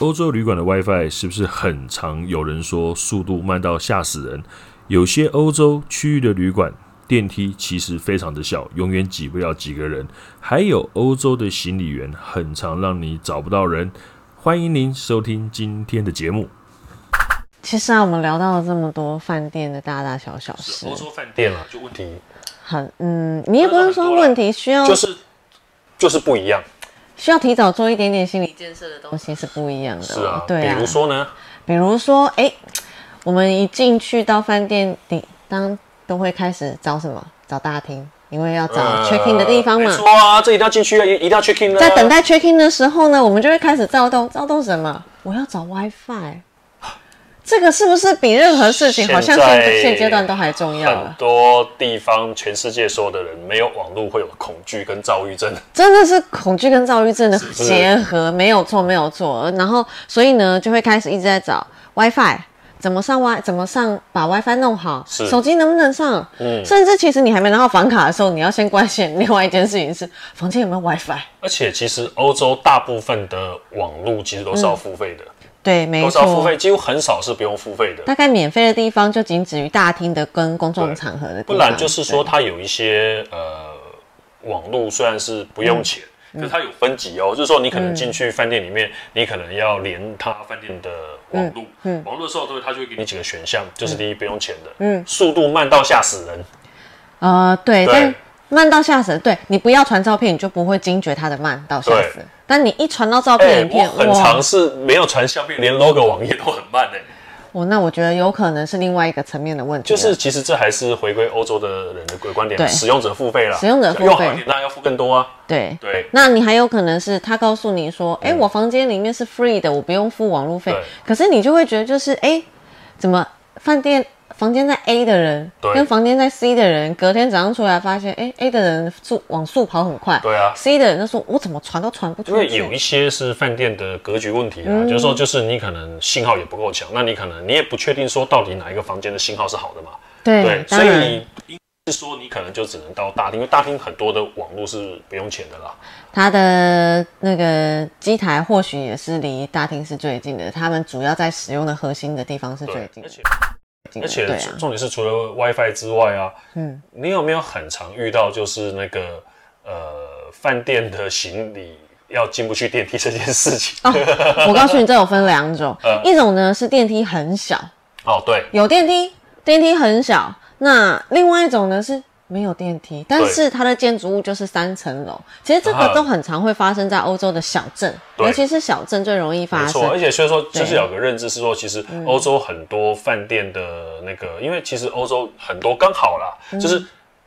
欧洲旅馆的 WiFi 是不是很常有人说速度慢到吓死人？有些欧洲区域的旅馆电梯其实非常的小，永远挤不了几个人。还有欧洲的行李员很常让你找不到人。欢迎您收听今天的节目。其实啊，我们聊到了这么多饭店的大大小小事，饭店啊，就问题很嗯，你也不是说问题需要是就是不一样，需要提早做一点点心理建设的东西是不一样的，对啊，说呢，比如说，哎、我们一进去到饭店里，当都会开始找什么？找大厅，因为要找 check in 的地方嘛。呃没错啊，这一定要进去啊，一一定要 check in 啊在等待 check in 的时候呢，我们就会开始躁动，躁动什么？我要找 WiFi。这个是不是比任何事情好像现在现现阶段都还重要很啊？多地方，全世界所有的人没有网络会有恐惧跟躁郁症。真的是恐惧跟躁郁症的结合，没有错，没有错。然后，所以呢，就会开始一直在找 WiFi，怎么上 Wi，怎么上把 WiFi 弄好，是嗯手机能不能上？甚至其实你还没拿到房卡的时候，你要先关心另外一件事情是房间有没有 WiFi。而且其实欧洲大部分的网络其实都是要付费的，对，嗯没都是要付错费，。几乎很少是不用付费的。大概免费的地方就仅止于大厅的跟公众对场合的地方，不然就是说它有一些呃网络虽然是不用钱，嗯可是它有分级哦，就是说你可能进去饭店里面，你可能要连它饭店的网络，网络的时候都会它就会给你几个选项，就是第一不用钱的，嗯速度慢到吓死人，呃，对，对但慢到吓死。对你不要传照片，你就不会惊觉它的慢到吓死对。但你一传到照哎、片、影我片，很哇尝，试没有传相片，连 logo 网页都很慢哎、我哦那我觉得有可能是另外一个层面的问题就了。是其实这还是回归欧洲的人的观点啊对啊，使用者付费啦，使用者付费用好一点当然要付更多啊，对。对，那你还有可能是他告诉你说，哎、我房间里面是 free 的，我不用付网路费嗯对。可是你就会觉得就是，哎、怎么饭店房间在 A 的人对跟房间在 C 的人，隔天早上出来发现，哎、a 的人速往速跑很快，对啊，C 的人就说我怎么传都传不出去，因为有一些是饭店的格局问题啦，啊就是嗯说就是你可能信号也不够强，那你可能你也不确定说到底哪一个房间的信号是好的嘛，对，所当以然。你应该是说你可能就只能到大厅，因为大厅很多的网络是不用钱的啦，它的那个机台或许也是离大厅是最近的，他们主要在使用的核心的地方是最近，对的而。且近的而且对啊，重点是除了 WiFi 之外啊，嗯，你有没有很常遇到就是那个呃饭店的行李要进不去电梯这件事情？哦 我告诉你，这有分两种，呃一种呢是电梯很小，哦，对，有电梯，电梯很小；那另外一种呢是没有电梯，但是它的建筑物就是三层楼。其实这个啊都很常会发生在欧洲的小镇，对尤其是小镇最容易发没错。而生。啊且所以说，对嗯就是有个认知是说，其实欧洲很多饭店的那个，因为其实欧洲很多刚好啦，嗯就是。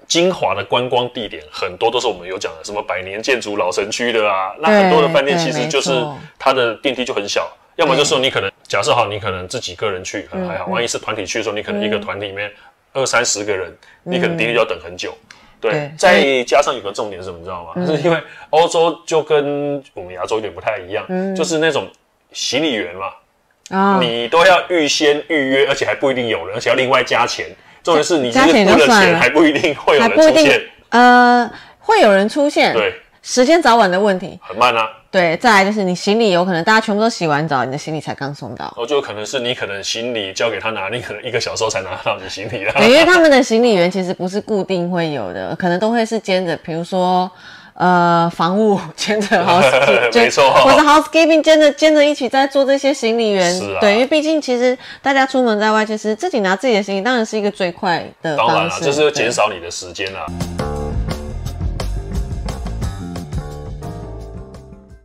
精华的观光地点很多都是我们有讲的，什么百年建筑老城区的啊，那对很多的饭店对其实没就是错它的电梯就很小，要么就是说你可能假设好，你可能自己个人去可能还嗯好，万一是团体去的时候，你可能一个团体里面二三十个人，你嗯可能电梯就要等很久。对对，所嗯再加上有个重点是什么，你知道吗？是因为欧洲就跟我们亚洲有点不太一样，嗯就是那种行李员嘛，啊你都要预先预约，而且还不一定有人，而且要另外加钱。重点是你加今天钱付就了算了钱，还不一定会有还人不一出定现，，呃，会有人出现，对，时间早晚的问题。很慢啊。对，再来就是你行李有可能大家全部都洗完澡，你的行李才刚送到。然后就可能是你可能行李交给他拿，你可能一个小时后才拿到你行李啊。对，哎因为他们的行李员其实不是固定会有的，可能都会是兼着，比如说。呃，房务 兼着 housekeeping，没错或者 housekeeping 兼着兼着一起在做这些行李员，是啊对，因为毕竟其实大家出门在外，其实自己拿自己的行李当然是一个最快的当然方了、式，这是减对少你的时间啦、啊。